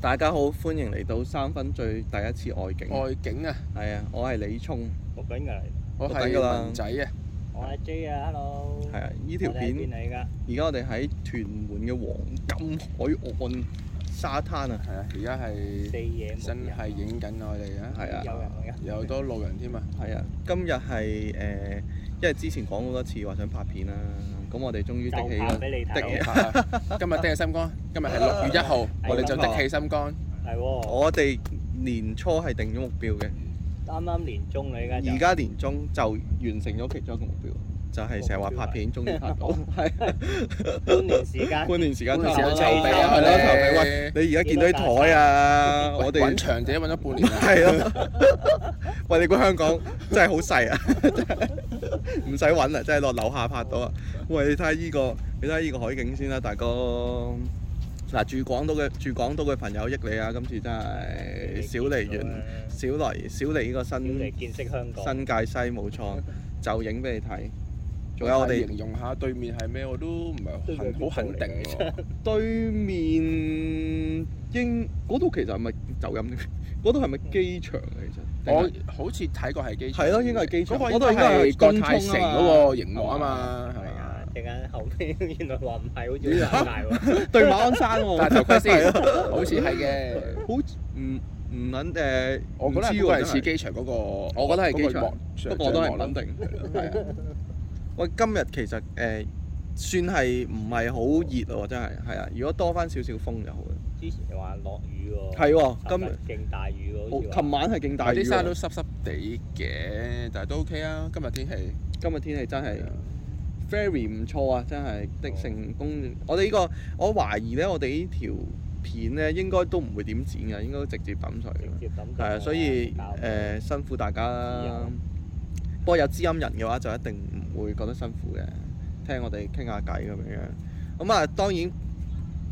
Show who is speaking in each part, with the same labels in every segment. Speaker 1: 大家好，歡迎嚟到三分醉第一次外景。
Speaker 2: 外景啊，
Speaker 1: 係啊，我係李聰，
Speaker 3: 錄緊㗎嚟，
Speaker 2: 我
Speaker 1: 我等
Speaker 2: 係
Speaker 1: 㗎啦
Speaker 2: 文仔啊，
Speaker 3: 我係 J 啊，hello。à,
Speaker 1: 係啊，呢條
Speaker 3: 我哋喺邊
Speaker 1: 片
Speaker 3: 嚟㗎？
Speaker 1: 而家我哋喺屯門嘅黃金海岸沙灘啊，
Speaker 2: 係啊，而家
Speaker 3: 四
Speaker 2: 係
Speaker 3: 野無
Speaker 2: 真
Speaker 3: 人，
Speaker 2: 係影緊我哋啊，
Speaker 1: 係
Speaker 3: 有人
Speaker 1: 啊，
Speaker 3: 冇人。
Speaker 2: 有好多路人添啊，
Speaker 1: 係啊，今日係誒，呃因為之前講好多次話想拍片啦，咁我哋終於的起
Speaker 3: 就拍
Speaker 1: 啦，
Speaker 3: 俾你
Speaker 2: 的起
Speaker 3: 睇，
Speaker 2: 拍啊，今日的起心肝，今日係六月一號，我哋就的起心肝，
Speaker 3: 係喎，
Speaker 1: 我哋年初係定咗目標嘅，
Speaker 3: 啱啱年中嚟㗎就。
Speaker 1: 而家年中就完成咗其中一個目標，就係成日話拍片，終於拍到，係
Speaker 3: 半年時 間，
Speaker 1: 半年時間
Speaker 2: 半
Speaker 1: 籌
Speaker 2: 年時間籌
Speaker 3: 籌備
Speaker 2: 備
Speaker 3: 啊
Speaker 1: 係
Speaker 2: 啊，我
Speaker 1: 咯，籌備喂。
Speaker 2: 哋
Speaker 1: 你而家見到啲台 啊，我哋
Speaker 2: 揾場地都揾咗半年啊，
Speaker 1: 係咯， 喂！你估香港真係好細啊， 唔使揾啦，真係落樓下拍到啊！喂，你睇下依個，你睇下依個海景先啦，大哥。嗱，住港島嘅住港島嘅朋友益你啊！今次真係少離遠，
Speaker 3: ờ,
Speaker 1: 少嚟少嚟呢個
Speaker 3: 要
Speaker 1: 新
Speaker 3: 嚟見識啊香港。
Speaker 1: 新界西冇錯，就影俾你睇。仲有我哋
Speaker 2: 形容下對面係咩，我都唔係
Speaker 3: 對
Speaker 2: 很
Speaker 3: 面
Speaker 2: 好肯定喎，
Speaker 1: 對面英嗰度其實係咪酒飲添？嗰度係咪機場啊？其實
Speaker 2: 我好似睇過係機場，
Speaker 1: 係咯應該係機場
Speaker 2: 嗰個
Speaker 1: 嗰
Speaker 2: 應
Speaker 1: 度應該
Speaker 2: 該
Speaker 1: 係
Speaker 2: 係國泰
Speaker 1: 東
Speaker 2: 城
Speaker 1: 涌啊嘛
Speaker 2: 嗰個熒幕啊嘛，係
Speaker 3: 係
Speaker 2: 嘛？
Speaker 3: 啊，陣間後 尾原來話唔係，好似好大喎。
Speaker 1: 對馬鞍山喎，
Speaker 2: 戴頭盔先，
Speaker 1: 係啊
Speaker 2: 好似係嘅。
Speaker 1: 好唔唔撚誒，
Speaker 2: 我覺
Speaker 1: 唔
Speaker 2: 得
Speaker 1: 知
Speaker 2: 嗰
Speaker 1: 喎
Speaker 2: 個係似機場嗰個，我
Speaker 1: 覺得係機場真係不
Speaker 2: 場
Speaker 1: 過我都係唔肯。定。
Speaker 2: 係啊
Speaker 1: 喂，今日其實誒、呃算係唔係好熱喎，真係係啊！如果多翻少少風就好啦。
Speaker 3: 之前話落雨喎。
Speaker 1: 係喎，今
Speaker 3: 日勁大雨喎，好
Speaker 1: 啊我
Speaker 3: 似話
Speaker 1: 琴晚係勁大
Speaker 2: 但
Speaker 1: 雨啊
Speaker 2: 係啲
Speaker 1: 喎
Speaker 2: 沙都濕濕地嘅，但係都 OK 啊。今日天氣
Speaker 1: 今日天氣真係
Speaker 2: 係啊
Speaker 1: very 唔錯啊！真係的成功。我哋呢、個我懷疑咧，我哋呢條片咧應該都唔會點剪嘅，應該直接抌水嘅
Speaker 3: 直。接抌
Speaker 1: 係啊，所以誒、辛苦大家
Speaker 3: 知
Speaker 1: 啦
Speaker 3: 音。
Speaker 1: 不過有知音人嘅話，就一定唔會覺得辛苦嘅，聽我哋傾下偈咁樣樣。咁啊，當然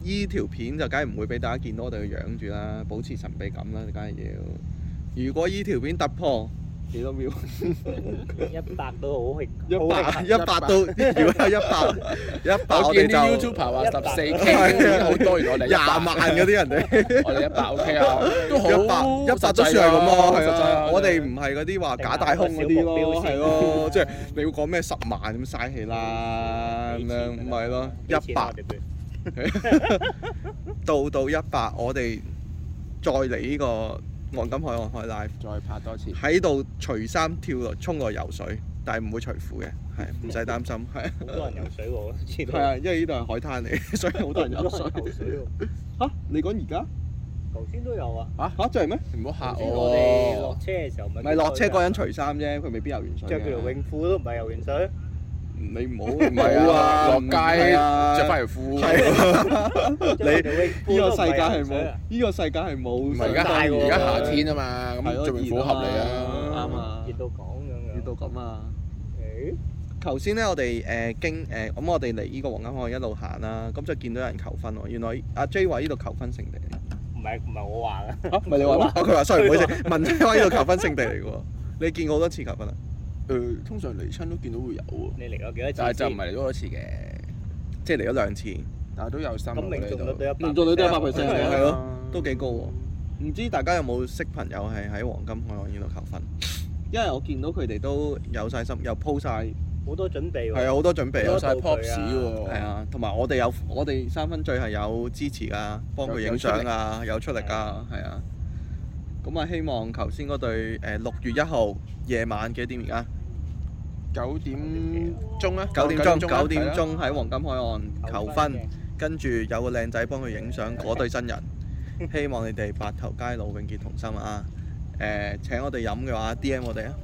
Speaker 1: 依條片就梗係唔會俾大家見到我哋嘅樣住啦，保持神秘感啦，梗係要。如果依條片突破幾多秒？
Speaker 3: 一百都好氣，
Speaker 1: 一百一
Speaker 2: 一百
Speaker 1: 百到，如果有一百 一百，
Speaker 2: 我
Speaker 1: 我
Speaker 2: 見
Speaker 1: 哋
Speaker 2: 啲
Speaker 1: 就
Speaker 2: YouTuber 話十四
Speaker 1: 係
Speaker 2: K 好多，原來我哋
Speaker 1: 廿萬嗰啲人哋。
Speaker 2: 100我哋一百 OK 啊， 都好
Speaker 1: 一
Speaker 2: 啊
Speaker 1: 百一百都算係咁咯，係啊！我哋唔係嗰啲話假大空嗰啲咯，
Speaker 3: 定
Speaker 1: 係
Speaker 3: 下一個小目標先
Speaker 1: 咯，即係你要講咩十萬咁嘥氣啦，咁樣唔係咯，一百到到一百，我哋再嚟呢個黃金海岸開 live，
Speaker 2: 再拍多次。
Speaker 1: 喺度除衫跳落衝落游水，但係唔會除褲嘅，係唔使擔心，係
Speaker 3: 好多人游水喎，知道
Speaker 1: 係啊，因為呢度係海灘嚟，所以好多人游水。
Speaker 3: 游水喎，
Speaker 1: 嚇，你講而家
Speaker 3: 頭先都有啊。
Speaker 1: 嚇真係咩？
Speaker 2: 唔好
Speaker 3: 頭
Speaker 2: 嚇
Speaker 3: 先我哋
Speaker 2: 我
Speaker 3: 落，啊車嘅時候咪
Speaker 1: 唔係落車嗰個人除衫啫，佢未必游完水嘅。
Speaker 3: 着佢條泳褲都唔係游完 水，
Speaker 1: 你 唔好
Speaker 2: 唔
Speaker 1: 唔
Speaker 2: 係
Speaker 1: 好啊，
Speaker 2: 啊，落
Speaker 1: 唔
Speaker 2: 街
Speaker 1: 係啊
Speaker 2: 着翻條褲。
Speaker 1: 係啊
Speaker 3: 你條泳
Speaker 1: 呢
Speaker 3: 褲
Speaker 1: 個
Speaker 3: 都
Speaker 1: 世
Speaker 3: 唔
Speaker 1: 界
Speaker 3: 係
Speaker 1: 係
Speaker 3: 游完水
Speaker 1: 冇
Speaker 3: 啊。，
Speaker 1: 呢個世界係冇
Speaker 2: 啊唔係
Speaker 1: 水
Speaker 2: 而家夏
Speaker 1: 帶喎
Speaker 2: 而家夏天啊嘛，
Speaker 1: 係咯
Speaker 2: 咁着泳褲合理
Speaker 1: 熱
Speaker 2: 啊。
Speaker 1: 啱啊
Speaker 3: 熱到講咁樣。
Speaker 1: 熱到咁啊！
Speaker 3: 誒，
Speaker 1: 頭先咧，我哋誒、經誒咁、我哋嚟呢個黃金海岸一路行啦，咁就見到有人求婚喎。原來阿 J 話呢度求婚聖地嚟
Speaker 3: 唔係唔係我話啦，
Speaker 1: 嚇，唔係你話 咩？哦，佢話 sorry，唔好意思，文仔話呢度求婚聖地嚟嘅喎。你見過好多次求婚啊？
Speaker 2: 誒，通常嚟親都見到會有喎，
Speaker 3: 你嚟咗幾多次？
Speaker 2: 但係就唔係嚟咗多次嘅。
Speaker 1: 即係嚟咗兩次，
Speaker 2: 但係都有心
Speaker 3: 咁命中率都一百，
Speaker 1: 命中率都100%
Speaker 3: 係啊
Speaker 1: 係咯都幾高喎。唔知大家有冇識朋友係喺黃金海岸呢度求婚？因為我見到佢哋都有晒心，又鋪晒，
Speaker 3: 好多準備喎。
Speaker 1: 係啊，好多準備啊
Speaker 2: 有。晒 pop
Speaker 3: 有
Speaker 2: 士
Speaker 3: 道具啊
Speaker 2: 喎，
Speaker 1: 係，啊，同埋我哋有我哋三分醉係有支持噶，幫佢影相啊，有出力啊，係啊。咁啊，希望頭先嗰對誒六月一號夜晚幾點而家？
Speaker 2: 九點鐘啊，
Speaker 1: 九點鐘，
Speaker 2: 啊
Speaker 1: 哦九點，
Speaker 2: 係啊
Speaker 1: 鐘喺黃金海岸求婚，跟住有個靚仔幫佢影 相，嗰對新人。希望你哋白頭偕老，永結同心啊！誒，請我哋飲嘅話，D M 我哋啊，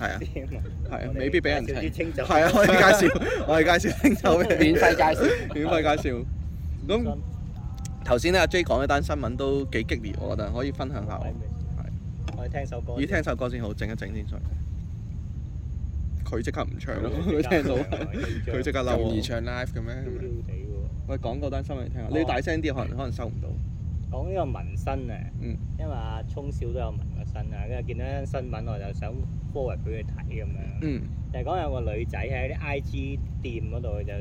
Speaker 1: 係 啊，
Speaker 3: 嘅，
Speaker 1: 係啊，未必俾人
Speaker 3: 介紹啲
Speaker 1: 請。
Speaker 3: 清酒。
Speaker 1: 係啊，我哋介紹，我哋 介紹拎酒俾
Speaker 2: 免
Speaker 1: 你，
Speaker 2: 費介 紹。
Speaker 1: 免費介紹。咁頭先咧，阿 J 講一單新聞都幾激烈，我覺得可以分享下。
Speaker 3: 我哋聽首歌。
Speaker 1: 咦，聽首歌先好，靜一靜先sorry。佢即刻唔唱咯，佢聽 到，佢即刻嬲
Speaker 2: 咁易
Speaker 1: 我。
Speaker 2: 唱 live 嘅
Speaker 3: 撩
Speaker 2: 咩？
Speaker 3: 撩地喎。
Speaker 1: 喂，講嗰單新聞你聽下，
Speaker 3: 哦
Speaker 1: 你要大聲啲，可能可能收唔到。
Speaker 3: 講呢個紋身啊，
Speaker 1: 嗯
Speaker 3: 因為阿聰少都有紋個身啊，跟住見到張新聞我就想 forward 俾佢睇咁樣。
Speaker 1: 嗯，
Speaker 3: 就係講有個女仔喺啲 IG 店嗰度就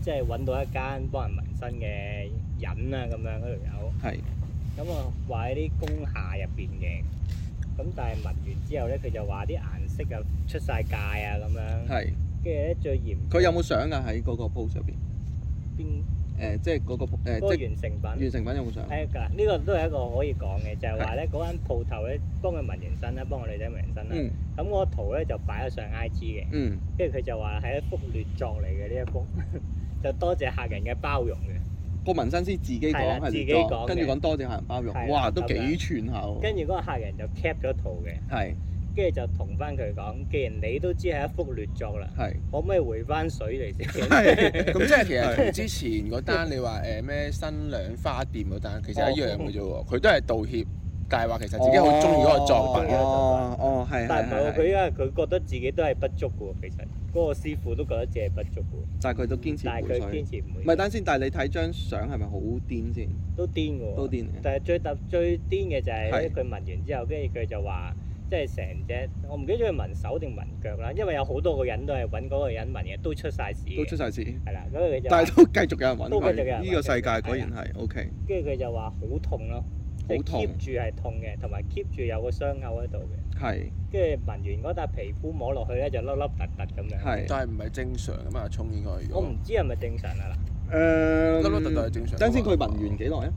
Speaker 3: 即係揾到一間幫人紋身嘅人啊咁樣嗰條友，
Speaker 1: 係
Speaker 3: 咁啊話喺啲工廈入邊嘅，咁但係聞完之後咧，佢就話啲顏色啊出晒界啊咁樣，
Speaker 1: 嗯係
Speaker 3: 跟住咧最嚴
Speaker 1: 佢有冇相㗎喺嗰個 post 入邊？
Speaker 3: 邊
Speaker 1: 誒，即係嗰個
Speaker 3: 嗰
Speaker 1: 誒，
Speaker 3: 個
Speaker 1: 即
Speaker 3: 完成
Speaker 1: 係
Speaker 3: 品
Speaker 1: 完。成品有冇相？
Speaker 3: 係㗎，呢個都係一個可以講嘅，就係話咧嗰間鋪頭咧幫佢紋完身啦，幫我女仔紋完身啦。
Speaker 1: 嗯
Speaker 3: 咁我圖咧就擺咗上 I G 嘅，
Speaker 1: 嗯，
Speaker 3: 跟住佢就話係一幅劣作嚟嘅呢一幅， 就多謝客人嘅包容嘅。
Speaker 1: 個紋身師自己
Speaker 3: 係啦
Speaker 1: 講係
Speaker 3: 自己
Speaker 1: 列咗，
Speaker 3: 講嘅
Speaker 1: 跟住講多謝客人包
Speaker 3: 係
Speaker 1: 容，
Speaker 3: 啦
Speaker 1: 哇，都
Speaker 3: 咁
Speaker 1: 幾
Speaker 3: 樣
Speaker 1: 串下喎。
Speaker 3: 跟住嗰個客人就 cap 咗圖嘅，
Speaker 1: 係
Speaker 3: 跟住就同翻佢講，既然你都知係一幅劣作啦，
Speaker 1: 係
Speaker 3: 可唔可以回翻水嚟先？
Speaker 1: 係
Speaker 2: 咁即係其
Speaker 1: Ừ.
Speaker 2: 實同之前嗰單你話誒咩新娘花店嗰單其實一樣嘅啫喎，佢都係道歉，但係話其實自己好中意嗰個作品。
Speaker 1: 哦哦，係
Speaker 3: 但
Speaker 1: 係
Speaker 3: 係唔係
Speaker 1: 係
Speaker 3: 喎，佢
Speaker 1: 係，
Speaker 3: 因為佢覺得自己都係不足嘅喎，其實嗰個師傅都覺得自己係不足嘅喎，
Speaker 1: 但係佢都堅持
Speaker 3: 但
Speaker 1: 回
Speaker 3: 係佢
Speaker 1: 水
Speaker 3: 堅。持唔
Speaker 1: 唔
Speaker 3: 會
Speaker 1: 係，，等先，但係你睇張相係咪好癲先？
Speaker 3: 都癲嘅喎，
Speaker 1: 都癲嘅。
Speaker 3: 但係最特最癲嘅就係
Speaker 1: 係
Speaker 3: 咧，佢紋完之後，跟住佢就話，即係成隻，我唔記得咗佢紋手定紋腳啦，因為有好多個人都係揾嗰個人紋嘅，都出晒事嘅
Speaker 1: 都出晒事，
Speaker 3: 係啦，咁佢就
Speaker 1: 但
Speaker 3: 話
Speaker 1: 係都繼續有人揾
Speaker 3: 都繼續有人
Speaker 1: 佢。
Speaker 3: 揾
Speaker 1: 呢個世界
Speaker 3: 佢啊
Speaker 1: 果然係 OK。
Speaker 3: 跟住佢就話好痛咯，即
Speaker 1: 好
Speaker 3: 係
Speaker 1: 痛
Speaker 3: keep 住係痛嘅，同埋 keep 住有個傷口喺度嘅。
Speaker 1: 係
Speaker 3: 跟住紋完嗰笪皮膚摸落去咧，就粒粒突突咁樣。
Speaker 1: 係。
Speaker 2: 但係唔係正常咁啊？聰應該如
Speaker 3: 我
Speaker 2: 果
Speaker 3: 唔知係咪正常啊啦，
Speaker 1: 誒嗯
Speaker 2: 粒粒突突係正常㗎嘛。
Speaker 1: 等先，佢紋完幾耐啊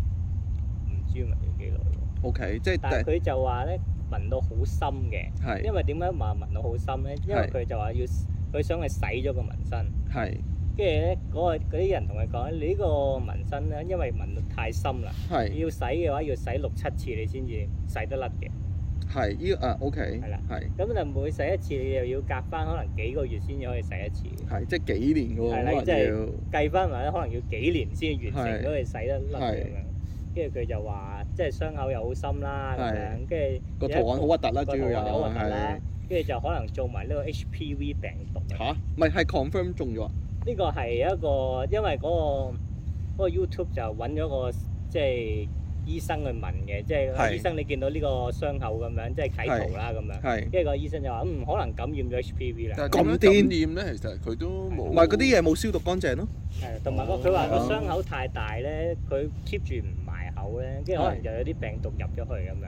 Speaker 3: 唔知紋完幾耐喎。
Speaker 1: ？OK，即係
Speaker 3: 但係佢就話咧紋到好深嘅，因
Speaker 1: 係
Speaker 3: 為點解話紋到好深咧？因為
Speaker 1: 係
Speaker 3: 佢就話要佢想去洗咗個紋身。
Speaker 1: 係
Speaker 3: 跟住咧，嗰、個嗰啲人同佢講：你呢個紋身咧，因為紋得太深啦，
Speaker 1: 係
Speaker 3: 要洗嘅話要洗六七次你先至洗得甩嘅。
Speaker 1: 係呢個誒 OK
Speaker 3: 係啦
Speaker 1: 係
Speaker 3: 咁就每洗一次，你又要隔翻可能幾個月先至可以洗一次，
Speaker 1: 係即係幾年㗎
Speaker 3: 係啦
Speaker 1: 喎，可
Speaker 3: 即係
Speaker 1: 能
Speaker 3: 計翻埋咧可能要幾年先完成
Speaker 1: 係
Speaker 3: 嗰個洗得甩
Speaker 1: 係
Speaker 3: 咁樣。跟住佢就話，即係傷口又好深啦咁樣，跟
Speaker 1: 要
Speaker 3: 住
Speaker 1: 個圖案好核突啦，
Speaker 3: 個
Speaker 1: 主
Speaker 3: 圖
Speaker 1: 要
Speaker 3: 案又好
Speaker 1: 有
Speaker 3: 核突啦
Speaker 1: 係，
Speaker 3: 跟住就可能做埋呢個 HPV 病毒啊
Speaker 1: 吓，唔係係 confirm 中咗啊？
Speaker 3: 呢個係一個，因為嗰、個嗰個 YouTube 就揾咗個即係醫生去問嘅，即係
Speaker 1: 係
Speaker 3: 醫生你見到呢個傷口咁樣，即係睇圖啦咁樣，
Speaker 1: 係
Speaker 3: 跟住個醫生就話嗯可能感染咗 HPV 啦，
Speaker 2: 但係
Speaker 1: 咁
Speaker 2: 咁
Speaker 1: 癲
Speaker 2: 癲咧，其實佢都冇。
Speaker 1: 唔係嗰啲嘢冇消毒乾淨咯？
Speaker 3: 係啊同埋個
Speaker 2: 哦
Speaker 3: 佢話個
Speaker 1: 哦
Speaker 3: 傷口太大咧，佢 keep 住唔埋口咧，跟住可能就有啲病毒入咗去咁樣，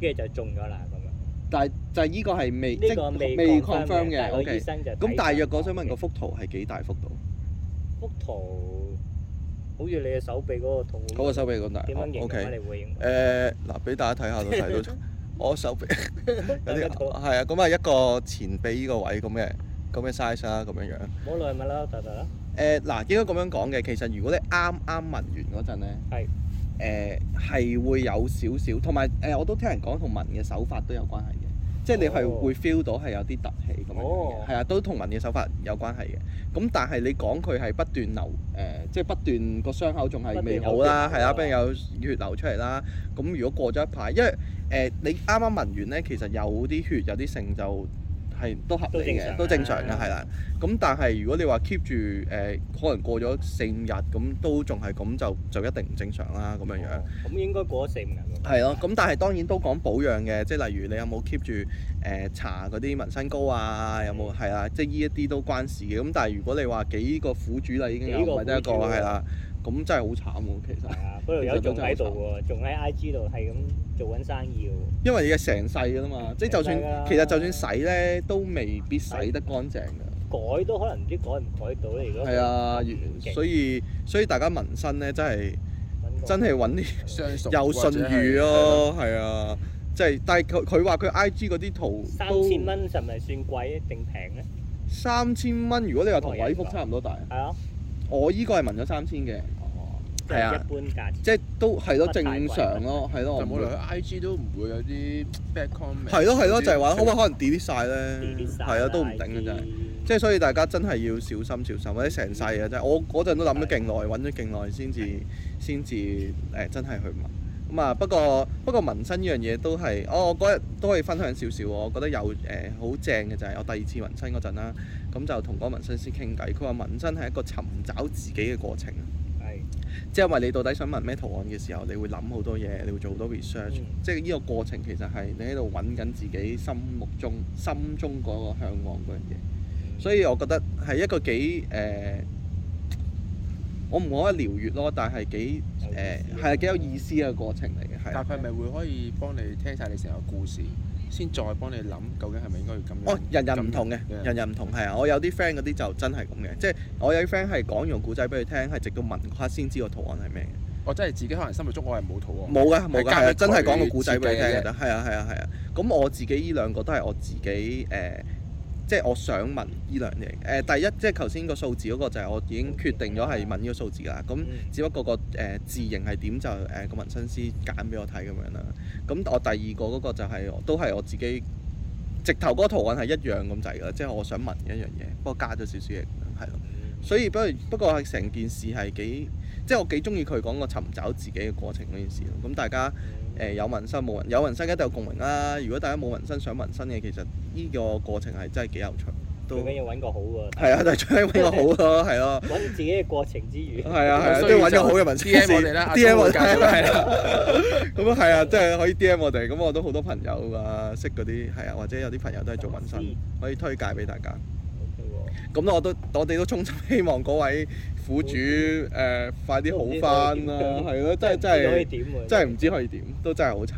Speaker 3: 跟住就中咗啦咁樣。
Speaker 1: 但係就係呢個係未即
Speaker 3: 呢個
Speaker 1: 係
Speaker 3: 未
Speaker 1: 未
Speaker 3: confirm
Speaker 1: confirm
Speaker 3: 嘅，
Speaker 1: 嘅
Speaker 3: 但係個醫
Speaker 1: OK。
Speaker 3: 生就睇
Speaker 1: 咁大約我
Speaker 3: 狀
Speaker 1: 想問
Speaker 3: 況
Speaker 1: 個幅圖係幾大幅度？
Speaker 3: 幅圖，好似你嘅手臂嗰個圖咁樣，
Speaker 1: 嗰個手臂咁大
Speaker 3: 點樣形容
Speaker 1: 啊 OK
Speaker 3: 啊？你會形容？
Speaker 1: 誒嗱，俾大家睇下都 睇到，我手臂有
Speaker 3: 有
Speaker 1: 啲
Speaker 3: 個圖
Speaker 1: 係啊，咁啊一個前臂呢個位咁嘅咁嘅 size 啊啦，咁樣樣。
Speaker 3: 摸落去咪啦，突突啦。
Speaker 1: 誒嗱，應該咁樣講嘅，其實如果你啱啱紋完嗰陣咧，
Speaker 3: 係
Speaker 1: 誒係會有少少，同埋誒我都聽人講同紋嘅手法都有關係嘅，即係你係
Speaker 3: 哦
Speaker 1: 會 feel 到係有啲凸起咁樣
Speaker 3: 哦
Speaker 1: 嘅，係啊，都同紋嘅手法有關係嘅。咁但係你講佢係不斷流誒、呃即係不斷個傷口仲係未好啦，
Speaker 3: 不
Speaker 1: 係
Speaker 3: 斷有
Speaker 1: 啦，不斷有血
Speaker 3: 血流啊
Speaker 1: 流出嚟啦。咁如果過咗一排，因為誒、呃你啱啱紋完咧，其實有啲血有啲剩就係都合理嘅，都
Speaker 3: 都
Speaker 1: 正
Speaker 3: 正
Speaker 1: 常
Speaker 3: 常啊
Speaker 1: 嘅
Speaker 3: 嘅
Speaker 1: 係啦。咁但係如果你話 keep 住誒，可能過咗四五日咁都仲係咁就就一定唔正常啦咁樣樣。
Speaker 3: 咁應該過咗四五日喎。
Speaker 1: 係咯，咁但係當然都講保養嘅，即係例如你有冇 keep 住誒搽嗰啲紋身膏啊，有
Speaker 3: 嗯
Speaker 1: 冇係啦，即係呢一啲都關事嘅。咁但係如果你話幾個苦主啦已經有，
Speaker 3: 幾個
Speaker 1: 唔係得一個
Speaker 3: 苦主啊
Speaker 1: 係啦，咁真係好慘喎其實
Speaker 3: 係。啊，嗰度有仲喺度喎，仲喺 IG 度係咁做緊生意喎。
Speaker 1: 因為你嘅成世㗎啦嘛，即係就算
Speaker 3: 成世㗎啦
Speaker 1: 其實就算洗咧都未必洗得乾淨㗎。
Speaker 3: 改都可能唔知改唔改到咧。如果
Speaker 1: 係啊，
Speaker 3: 勁
Speaker 1: 所以所以大家紋身咧真係
Speaker 3: 揾個
Speaker 1: 真係揾啲。
Speaker 2: 相熟
Speaker 1: 有信譽咯，係啊，即係但係佢佢話佢 I G 嗰啲圖
Speaker 3: 三
Speaker 1: 都
Speaker 3: 千蚊係咪算貴定平咧？
Speaker 1: 三千蚊，如果你話同偉福差唔多哦大，
Speaker 3: 係啊，
Speaker 1: 我依個係紋咗三千嘅，
Speaker 3: 即
Speaker 1: 係啊
Speaker 3: 係一般價錢。
Speaker 1: 即係都係咯
Speaker 3: 不太
Speaker 1: 正
Speaker 3: 貴
Speaker 1: 常咯， 係咯，
Speaker 2: 但冇
Speaker 1: 我唔
Speaker 2: 理由
Speaker 1: 會
Speaker 2: 佢 IG 都唔會有啲 bad comment。
Speaker 1: 係咯係咯，就係話啊可唔可以
Speaker 2: 哇！
Speaker 1: 可能 delete 晒咧？係啊，都唔頂啊真係。即係所以大家真係要小心小心，或者成世啊！真係我嗰陣都諗咗勁耐，揾咗勁耐先至先至誒真係去紋。咁啊，不過不過紋身呢樣嘢都係，哦我嗰日都可以分享少少喎。我覺得有誒好、正嘅就係我第二次紋身嗰陣啦，咁就同嗰個紋身師傾偈，佢話紋身係一個尋找自己嘅過程啊，
Speaker 3: 係
Speaker 1: 即係因為你到底想紋咩圖案嘅時候，你會諗好多嘢，你會做好多 research，、
Speaker 3: 嗯
Speaker 1: 即係呢個過程其實係你喺度揾緊自己心目中心中嗰個向
Speaker 3: Ừ.
Speaker 1: 往嗰樣嘢。所以我覺得係一個幾誒、呃我唔可以療愈咯，但係幾誒係啊幾有
Speaker 3: Ừ.
Speaker 1: 意思嘅過程嚟嘅，係
Speaker 2: 但
Speaker 1: 啊。
Speaker 2: 佢咪會可以幫你聽晒你成個故事，先再幫你諗究竟係咪應該要咁樣？
Speaker 1: 哦，人人唔同嘅
Speaker 2: 咁樣，
Speaker 1: 人人唔同係啊！我有啲 friend 嗰啲就真係咁嘅，即係我有啲 friend 係講完個故仔俾佢聽，係直到問嗰刻先知個圖案係咩嘅。
Speaker 2: 我真係自己可能心目中我係冇肚餓。
Speaker 1: 冇㗎，冇㗎，
Speaker 2: 係加
Speaker 1: 係啊
Speaker 2: 俾
Speaker 1: 真係
Speaker 2: 佢
Speaker 1: 講個故仔俾佢聽
Speaker 2: 設計
Speaker 1: 嘅
Speaker 2: 嘅
Speaker 1: 啫。係啊，係啊，係啊。咁我自己呢兩個都係我自己誒、呃即係我想問呢兩樣嘢。誒、第一即係頭先個數字嗰個就係我已經決定咗係問呢個數字㗎啦。咁只不過個誒、呃字形係點就誒、呃、個紋身師揀俾我睇咁樣啦。咁我第二個嗰個就係、都係我自己直頭嗰個圖案係一樣咁滯㗎，即係我想紋一樣嘢，不過加咗少少嘢咁樣係咯。
Speaker 3: Ừ.
Speaker 1: 所以不過不過係成件事係幾即係我幾中意佢講個尋找自己嘅過程嗰件事咯。咁大家誒、呃有紋身冇紋有紋身一定有共鳴啦。如果大家冇紋身想紋身嘅，其實呢個過程係真係幾有趣，都
Speaker 3: 最緊要揾個好喎。
Speaker 1: 係啊，但係最緊要揾個好咯，係咯。
Speaker 3: 揾自己嘅過程之餘，
Speaker 1: 係啊係啊，
Speaker 2: 所
Speaker 1: 都
Speaker 2: 以
Speaker 1: 要揾
Speaker 2: 就
Speaker 1: 個好嘅紋身
Speaker 2: D M 我
Speaker 1: 先
Speaker 2: 哋啦
Speaker 1: ，D M 我
Speaker 2: 我
Speaker 1: 哋
Speaker 2: 哋係啦，
Speaker 1: 咁啊係啊，即係可以 D M 我哋。咁我都好多朋友啊，識嗰啲係啊，或者有啲朋友都係做紋身，可以推介俾大家。
Speaker 3: OK
Speaker 1: 咁我都我哋都衷心希望嗰位苦主誒、快啲嗯好翻啦，係咯，真係
Speaker 3: 喎，真係可以
Speaker 1: 真係
Speaker 3: 點喎？
Speaker 1: 真係唔知可以點，都真係好慘。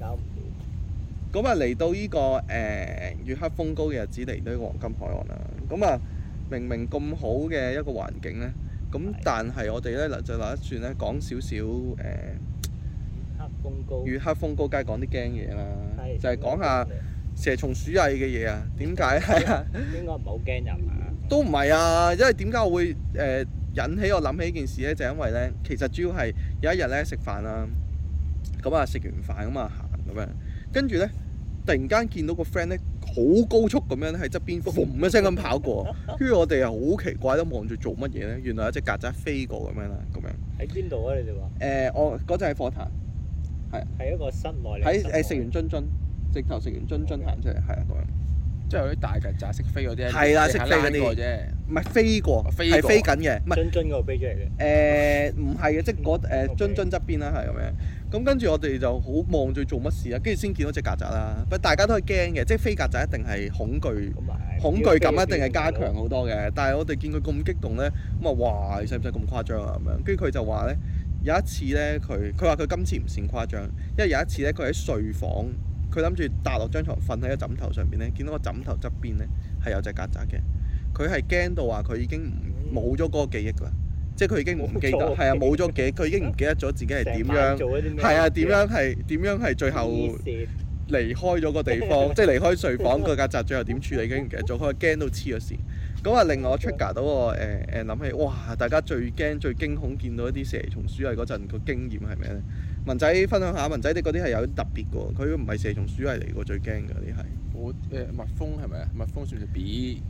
Speaker 3: 搞唔掂。
Speaker 1: 咁啊嚟到呢、個誒、月黑風高嘅日子嚟到呢個黃金海岸啦，咁啊明明咁好嘅一個環境咧，咁
Speaker 3: 係
Speaker 1: 但係我哋咧就打算咧講少少誒、
Speaker 3: 黑風高，
Speaker 1: 月黑風高，梗係講啲驚嘢啦，
Speaker 3: 係
Speaker 1: 就係講下蛇蟲鼠蟻嘅嘢啊，點解係啊？
Speaker 3: 應該唔係好驚人啊。
Speaker 1: 都唔係啊，因為點解我會誒、呃引起我諗起呢件事咧？就因為咧，其實主要係有一日咧食飯啦，咁啊食完飯咁啊行咁樣，跟住咧突然間見到個 friend 咧好高速咁樣喺側邊嘣一聲咁跑過，跟住我哋又好奇怪咁望住做乜嘢咧？原來有隻曱甴飛過咁樣啦，咁樣誒、
Speaker 3: 喺邊度啊？你哋話
Speaker 1: 呃我嗰陣喺火炭，
Speaker 3: 係一個室內嚟。
Speaker 1: 喺誒食完津津，直頭食完津津行出嚟，係啊咁樣。
Speaker 2: 即係有啲大曱甴識飛嗰啲，
Speaker 1: 係啦
Speaker 2: 你
Speaker 1: 識
Speaker 2: 下
Speaker 1: 飛嗰啲
Speaker 2: 躝過啫。
Speaker 1: 唔係飛過，
Speaker 2: 飛
Speaker 1: 係
Speaker 2: 過
Speaker 1: 飛緊嘅，唔係
Speaker 3: 津津嗰個飛出嚟嘅。
Speaker 1: 誒唔係嘅，即係嗰
Speaker 3: 嗯
Speaker 1: 誒
Speaker 3: OK
Speaker 1: 津津側邊啦，係咁樣。咁跟住我哋就好望住做乜事啦，跟住先見到只曱甴啦。不過大家都係驚嘅，即係飛曱甴一定係恐懼
Speaker 3: 咁啊，
Speaker 1: 恐懼感一定係加強好多嘅。但係我哋見佢咁激動咧，咁啊哇，你使唔使咁誇張啊咁樣？跟住佢就話咧，有一次咧，佢佢話佢今次唔算誇張，因為有一次咧，佢喺睡房，佢諗住搭落張床瞓喺個枕頭上邊咧，見到個枕頭側邊咧係有隻曱甴嘅，佢係驚到話佢已經唔冇咗嗰個記憶啦，即係佢已經唔記得，
Speaker 3: 冇咗
Speaker 1: 係啊冇咗記憶，佢已經唔 記得咗自己係點
Speaker 3: 哦成晚
Speaker 1: 樣，
Speaker 3: 做咗啲咩
Speaker 1: 係啊點樣係點樣係最後。
Speaker 3: 黐線
Speaker 1: 離開咗個地 方，即係離開睡房個曱甴，最後點處理已經唔記得咗，佢驚到黐咗線。咁啊，令我 trigger 到我誒誒諗起，哇！大家最驚最驚恐見到一啲蛇蟲鼠蟻嗰陣個經驗係咩咧？文仔分享下，文仔你嗰啲係有啲特別嘅喎，佢唔係蛇蟲鼠蟻嚟嘅，最驚嘅啲係。
Speaker 2: 我誒蜜蜂係咪啊？蜜蜂算唔算 B？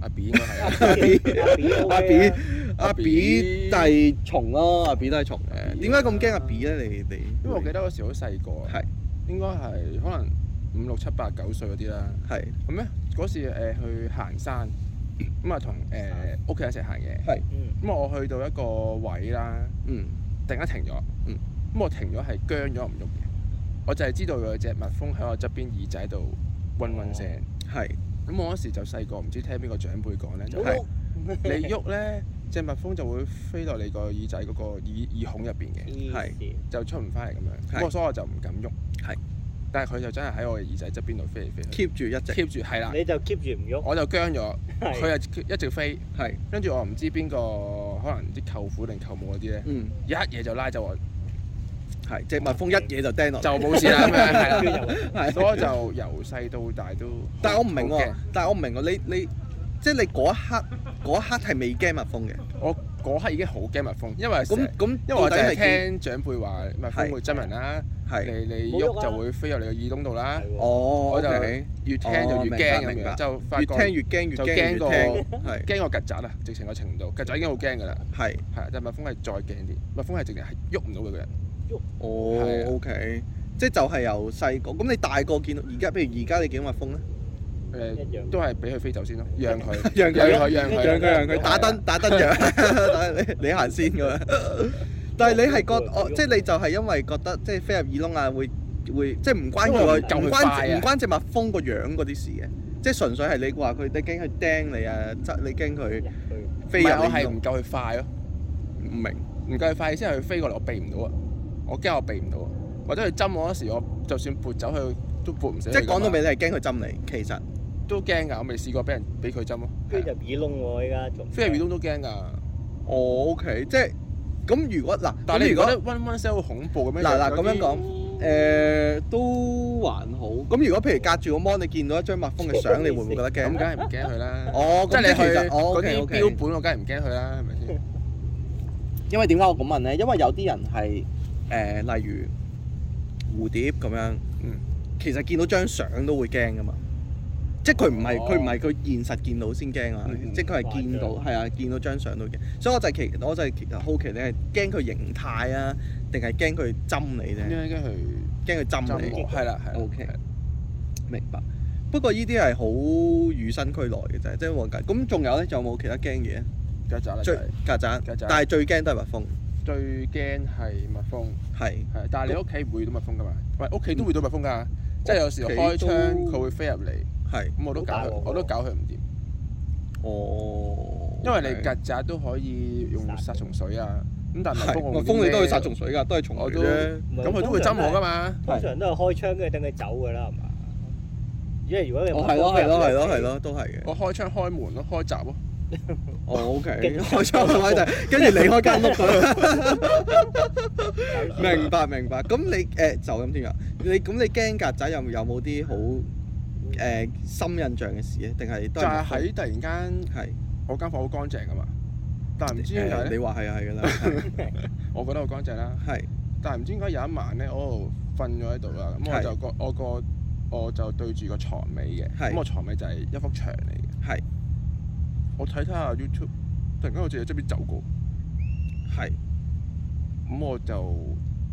Speaker 2: 阿 B 應該係啊。
Speaker 3: 阿 B，阿 B
Speaker 1: 阿
Speaker 3: OK 啊
Speaker 1: B，阿 B 都係蟲咯，阿 B 都係蟲嘅。點解咁驚阿 B 咧？你你
Speaker 2: 因為我記得嗰時好細個，啊
Speaker 1: 係
Speaker 2: 應該係可能五六七八九歲嗰啲啦。
Speaker 1: 係
Speaker 2: 咁咧嗰時誒、去行山，咁啊同誒屋企人一齊行嘅。
Speaker 1: 係
Speaker 3: 嗯
Speaker 2: 咁我去到一個位啦，
Speaker 1: 嗯
Speaker 2: 突然間停咗。
Speaker 1: 嗯。
Speaker 2: 咁我停咗係僵咗唔喐嘅，我就係知道有隻蜜蜂喺我側邊耳仔度嗡嗡聲。
Speaker 1: 係
Speaker 2: 咁我嗰時就細個，唔知聽邊個長輩講咧，就
Speaker 1: 係
Speaker 2: 係你喐咧，只蜜蜂就會飛落你個耳仔嗰個耳耳孔入邊嘅，
Speaker 3: 黐
Speaker 1: 係
Speaker 3: 線
Speaker 2: 就出唔翻嚟咁樣。
Speaker 1: 嗯係
Speaker 2: 咁我所以我就唔敢喐。
Speaker 1: 係。
Speaker 2: 但係佢就真係喺我嘅耳仔側邊度飛嚟飛去
Speaker 1: keep 住一直
Speaker 2: ，keep 住係啦，
Speaker 3: 你就 keep 住唔喐，
Speaker 2: 我就僵咗，佢
Speaker 3: 係
Speaker 2: 又一直飛，
Speaker 1: 係
Speaker 2: 跟住我唔知邊個，可能啲舅父定舅母嗰啲咧，
Speaker 1: 嗯
Speaker 2: 一嘢就拉走我，
Speaker 1: 係隻蜜蜂一嘢就釘落嚟。
Speaker 2: 就冇事啦 咁樣，係啦。
Speaker 1: 哦係
Speaker 2: 所以我就由細到大都，
Speaker 1: 但係我唔明
Speaker 2: 好
Speaker 1: 喎
Speaker 2: 驚，
Speaker 1: 但係我唔明喎，你你即係你嗰一刻嗰一刻係未驚蜜蜂嘅，
Speaker 2: 我嗰刻已經好驚蜜蜂，因為成
Speaker 1: 咁咁
Speaker 2: 因為
Speaker 1: 到
Speaker 2: 我就
Speaker 1: 底
Speaker 2: 係
Speaker 1: 係幾
Speaker 2: 聽長輩話蜜蜂會真人啦，你
Speaker 1: 係
Speaker 2: 你
Speaker 3: 冇喐
Speaker 2: 喐
Speaker 3: 啊
Speaker 2: 就會飛入你個耳窿度啦，
Speaker 3: 係喎
Speaker 1: 哦
Speaker 2: 我就
Speaker 1: ，OK，
Speaker 2: 越聽就越驚
Speaker 1: 哦明白明
Speaker 2: 咁
Speaker 1: 白
Speaker 2: 樣，就發
Speaker 1: 越
Speaker 2: 覺
Speaker 1: 聽越驚越
Speaker 2: 就
Speaker 1: 驚越
Speaker 2: 驚過
Speaker 1: 聽，係
Speaker 2: 驚過曱甴啊，直情個程度，曱甴已經好驚㗎啦，
Speaker 1: 係
Speaker 2: 係，啊但蜜蜂係再驚啲，蜜蜂係直情係喐唔到佢個人，係
Speaker 1: 哦
Speaker 2: 啊
Speaker 1: ，OK，即係就係由細個咁你大個見到而家，譬如而家你見到蜜蜂咧，
Speaker 2: 誒
Speaker 3: 一樣
Speaker 2: 都係俾佢飛走先咯，讓佢
Speaker 1: 讓佢
Speaker 2: 讓佢
Speaker 1: Dạ
Speaker 2: 讓
Speaker 3: 讓
Speaker 2: 佢
Speaker 3: 佢讓
Speaker 1: 佢打燈打燈樣，打你你行先咁樣。但係你係覺
Speaker 3: 哦
Speaker 1: 哦，即係你就係因為覺得即係飛入耳窿啊，會會即係唔關佢
Speaker 2: 因
Speaker 1: 個
Speaker 2: 為
Speaker 1: 唔
Speaker 2: 唔夠佢快
Speaker 1: 關
Speaker 2: 啊
Speaker 1: 唔關隻蜜蜂個樣嗰啲事嘅，即係純粹係 à, 你話佢你驚佢釘你啊，即你驚佢
Speaker 3: 入去
Speaker 1: 飛
Speaker 2: 唔
Speaker 1: 入
Speaker 2: 係我係
Speaker 1: 耳窿
Speaker 2: 唔夠佢快咯，
Speaker 1: 唔明。
Speaker 2: 唔夠佢快先，佢飛過嚟，我避唔到啊！我驚我避唔到啊！或者佢針我嗰時，我就算撥走佢都撥唔死佢
Speaker 1: 即
Speaker 2: 㗎嘛。
Speaker 1: 係講到尾，你係驚佢針你，其實
Speaker 2: 都驚㗎，我未試過俾人俾佢針咯。
Speaker 3: 飛入耳窿喎，依家仲
Speaker 2: 飛入耳窿都驚㗎，
Speaker 1: 我 OK，即係咁如果嗱，
Speaker 2: 但係
Speaker 1: 咁
Speaker 2: 你
Speaker 1: 如
Speaker 2: 唔覺
Speaker 1: 果
Speaker 2: 得 one one cell 好恐怖咁樣？
Speaker 1: 嗱嗱
Speaker 2: 有
Speaker 1: 咁樣
Speaker 2: 啲
Speaker 1: 講，誒、都還好。咁如果譬如隔住個 mon，你見到一張蜜蜂嘅相，你會唔會覺得
Speaker 2: 咁
Speaker 1: 驚
Speaker 2: 梗？係唔驚佢啦。
Speaker 1: 哦，
Speaker 2: 即係
Speaker 1: 咁
Speaker 2: 你
Speaker 1: 即係其
Speaker 2: 去
Speaker 1: 實哦
Speaker 2: 嗰
Speaker 1: Ờ, OK
Speaker 2: 啲
Speaker 1: OK。
Speaker 2: 標本，我梗係唔驚佢啦，係咪先？
Speaker 1: 因為點解我咁問咧？因為有啲人係誒、例如蝴蝶咁樣，
Speaker 2: 嗯
Speaker 1: 其實見到張相都會驚噶嘛。即係佢唔係
Speaker 2: 哦
Speaker 1: 佢唔係佢現實見到先驚啊！
Speaker 2: 嗯嗯
Speaker 1: 即係佢係見到
Speaker 3: 幻
Speaker 1: 係啊，見到張相都驚。所以我就係其我就係其好奇你係驚佢形態啊，定係驚佢針你啫？
Speaker 2: 應該去
Speaker 1: 驚佢針
Speaker 2: 嗯針
Speaker 1: 你
Speaker 2: 我，係啦係啦。
Speaker 1: Ừ. ？OK，明白。不過呢啲係好與生俱來嘅啫，即係黃咁仲有咧，仲有冇其他驚嘢？
Speaker 2: 腳爪啦，
Speaker 1: 最
Speaker 2: 就係
Speaker 1: 曱甴，
Speaker 2: 曱甴
Speaker 1: 但係最驚都係蜜蜂，
Speaker 2: 最驚係蜜蜂，
Speaker 1: 係。
Speaker 2: 係，但係你屋企唔會遇到蜜蜂㗎嘛？喂，屋企都會遇到蜜蜂㗎，啊即係有時候
Speaker 1: 嗯屋企
Speaker 2: 開窗
Speaker 1: 都
Speaker 2: 佢會飛入嚟，
Speaker 1: 係，
Speaker 2: 咁我都搞
Speaker 3: 好大
Speaker 2: 佢
Speaker 3: 鑊喎，
Speaker 2: 我都搞佢唔掂，
Speaker 1: 哦，
Speaker 2: 因為你曱甴都可以用殺蟲水啊，咁但係蜜
Speaker 1: 係
Speaker 2: 蜂我
Speaker 1: 蜜
Speaker 2: 唔
Speaker 1: 蜂
Speaker 2: 知
Speaker 1: 你都
Speaker 2: 咩
Speaker 1: 去殺蟲水㗎，都係蟲
Speaker 2: 我
Speaker 1: 類
Speaker 2: 都
Speaker 1: 啫。
Speaker 3: 唔係
Speaker 2: 咁佢都會針我㗎嘛。
Speaker 3: 通常都係開窗跟住等佢走㗎啦，係嘛？因為如果你
Speaker 1: 哦，係咯，係咯，係咯，係，咯，都係嘅。
Speaker 2: 我開窗開門咯，開閘咯，
Speaker 1: 哦，OK，
Speaker 3: 勁
Speaker 1: 開窗開就跟住離開間屋咁
Speaker 2: 啊
Speaker 1: 樣。明白，明白。咁你誒就咁添啊？你咁你驚曱甴有有冇啲好誒深印象嘅事咧？定係
Speaker 2: 就
Speaker 1: 都
Speaker 2: 係
Speaker 1: 係蜜
Speaker 2: 喺突然間
Speaker 1: 蜂係
Speaker 2: 我間房好乾淨㗎嘛，但係唔知點解
Speaker 1: 誒你
Speaker 2: 咧，
Speaker 1: 話係啊係㗎啦，
Speaker 2: 我覺得好乾淨啦。
Speaker 1: 係
Speaker 2: 但係唔知點解有一晚咧，我瞓咗喺度啦，咁
Speaker 1: 係
Speaker 2: 我就個我個我就對住個床尾嘅，
Speaker 1: 係
Speaker 2: 咁我床尾就係一幅牆嚟嘅。
Speaker 1: 係
Speaker 2: 我睇睇下 YouTube，突然間我隻嘢側邊走過，
Speaker 1: 係
Speaker 2: 咁我就